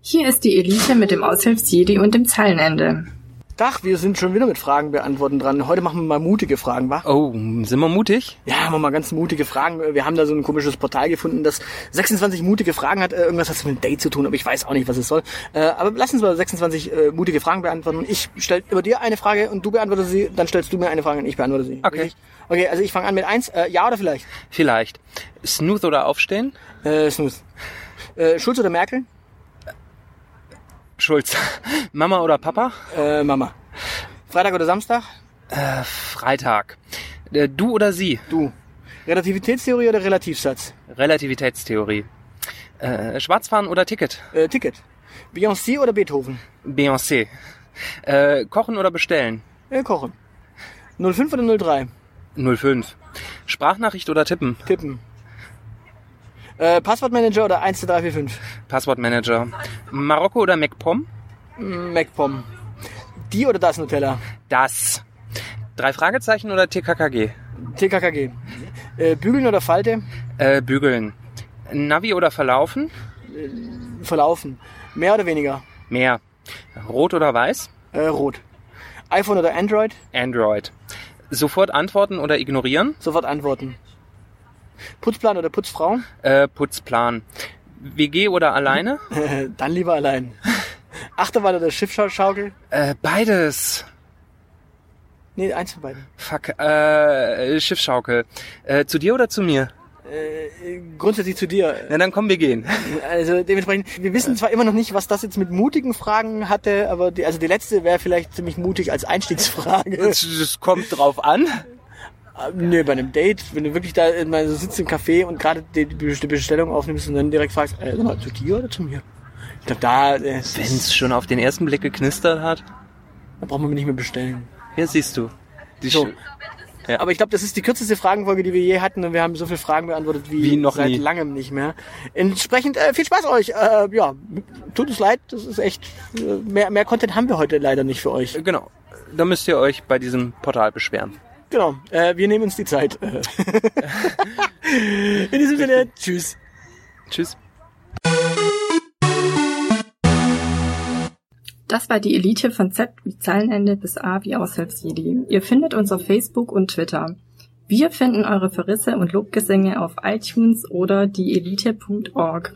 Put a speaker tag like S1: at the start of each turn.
S1: Hier ist die Elite mit dem Aushilfsjedi und dem Zeilenende.
S2: Dach, wir sind schon wieder mit Fragen beantworten dran. Heute machen wir mal mutige Fragen, wa?
S3: Oh, sind wir mutig?
S2: Ja, machen wir mal ganz mutige Fragen. Wir haben da so ein komisches Portal gefunden, das 26 mutige Fragen hat. Äh, Irgendwas hat es mit einem Date zu tun, aber ich weiß auch nicht, was es soll. Äh, Aber lass uns mal 26 äh, mutige Fragen beantworten. Ich stelle über dir eine Frage und du beantwortest sie, dann stellst du mir eine Frage und ich beantworte sie.
S3: Okay.
S2: Okay, also ich fange an mit eins. Äh, Ja oder vielleicht?
S3: Vielleicht. Snooth oder aufstehen?
S2: Äh, Snooze. Äh, Schulz oder Merkel?
S3: Schulz. Mama oder Papa?
S2: Äh, Mama. Freitag oder Samstag?
S3: Freitag. Äh, Du oder sie?
S2: Du. Relativitätstheorie oder Relativsatz?
S3: Relativitätstheorie. Äh, Schwarzfahren oder Ticket?
S2: Äh, Ticket. Beyoncé oder Beethoven?
S3: Beyoncé. Äh, kochen oder bestellen?
S2: Äh, kochen. 05 oder 03?
S3: 05. Sprachnachricht oder tippen?
S2: Tippen. Äh, Passwortmanager oder 12345?
S3: Passwortmanager. Marokko oder MacPom?
S2: MacPom. Die oder das Nutella?
S3: Das. Drei Fragezeichen oder TKKG?
S2: TKKG. Äh, bügeln oder Falte?
S3: Äh, bügeln. Navi oder verlaufen?
S2: Verlaufen. Mehr oder weniger?
S3: Mehr. Rot oder weiß?
S2: Äh, rot. iPhone oder Android?
S3: Android. Sofort antworten oder ignorieren?
S2: Sofort antworten. Putzplan oder Putzfrau?
S3: Äh, Putzplan. WG oder alleine?
S2: Äh, dann lieber allein. Achterbahn oder Schiffschaukel?
S3: Äh, beides.
S2: Nee, eins von beiden.
S3: Fuck. Äh, Schiffschaukel. Äh, zu dir oder zu mir?
S2: Grundsätzlich zu dir.
S3: Na, dann komm, wir gehen.
S2: Also dementsprechend, wir wissen zwar immer noch nicht, was das jetzt mit mutigen Fragen hatte, aber die, also die letzte wäre vielleicht ziemlich mutig als Einstiegsfrage.
S3: Es- Es kommt drauf an.
S2: Nö, bei einem Date, wenn du wirklich da in- mal so sitzt im Café und gerade die, die bestimmte Bestellung aufnimmst und dann direkt fragst, äh, sag mal, zu dir oder zu mir? Ich glaube, da, äh, es-
S3: Wenn es schon auf den ersten Blick geknistert hat,
S2: da braucht man nicht mehr bestellen.
S3: hier siehst du. Die
S2: So.
S3: Sch-
S2: Aber ich glaube, das ist die kürzeste Fragenfolge, die wir je hatten und wir haben so viele Fragen beantwortet wie,
S3: Wie noch
S2: seit
S3: nie.
S2: langem nicht mehr. Entsprechend äh, viel Spaß euch. Äh, ja, tut uns leid, das ist echt äh, mehr mehr Content haben wir heute leider nicht für euch.
S3: Genau. Da müsst ihr euch bei diesem Portal beschweren.
S2: Genau, äh, wir nehmen uns die Zeit. In diesem Sinne, tschüss.
S3: Tschüss.
S1: Das war die Elite von Z wie Zeilenende bis A wie Aushilfsjedi. Ihr findet uns auf Facebook und Twitter. Wir finden eure Verrisse und Lobgesänge auf iTunes oder dieelite.org.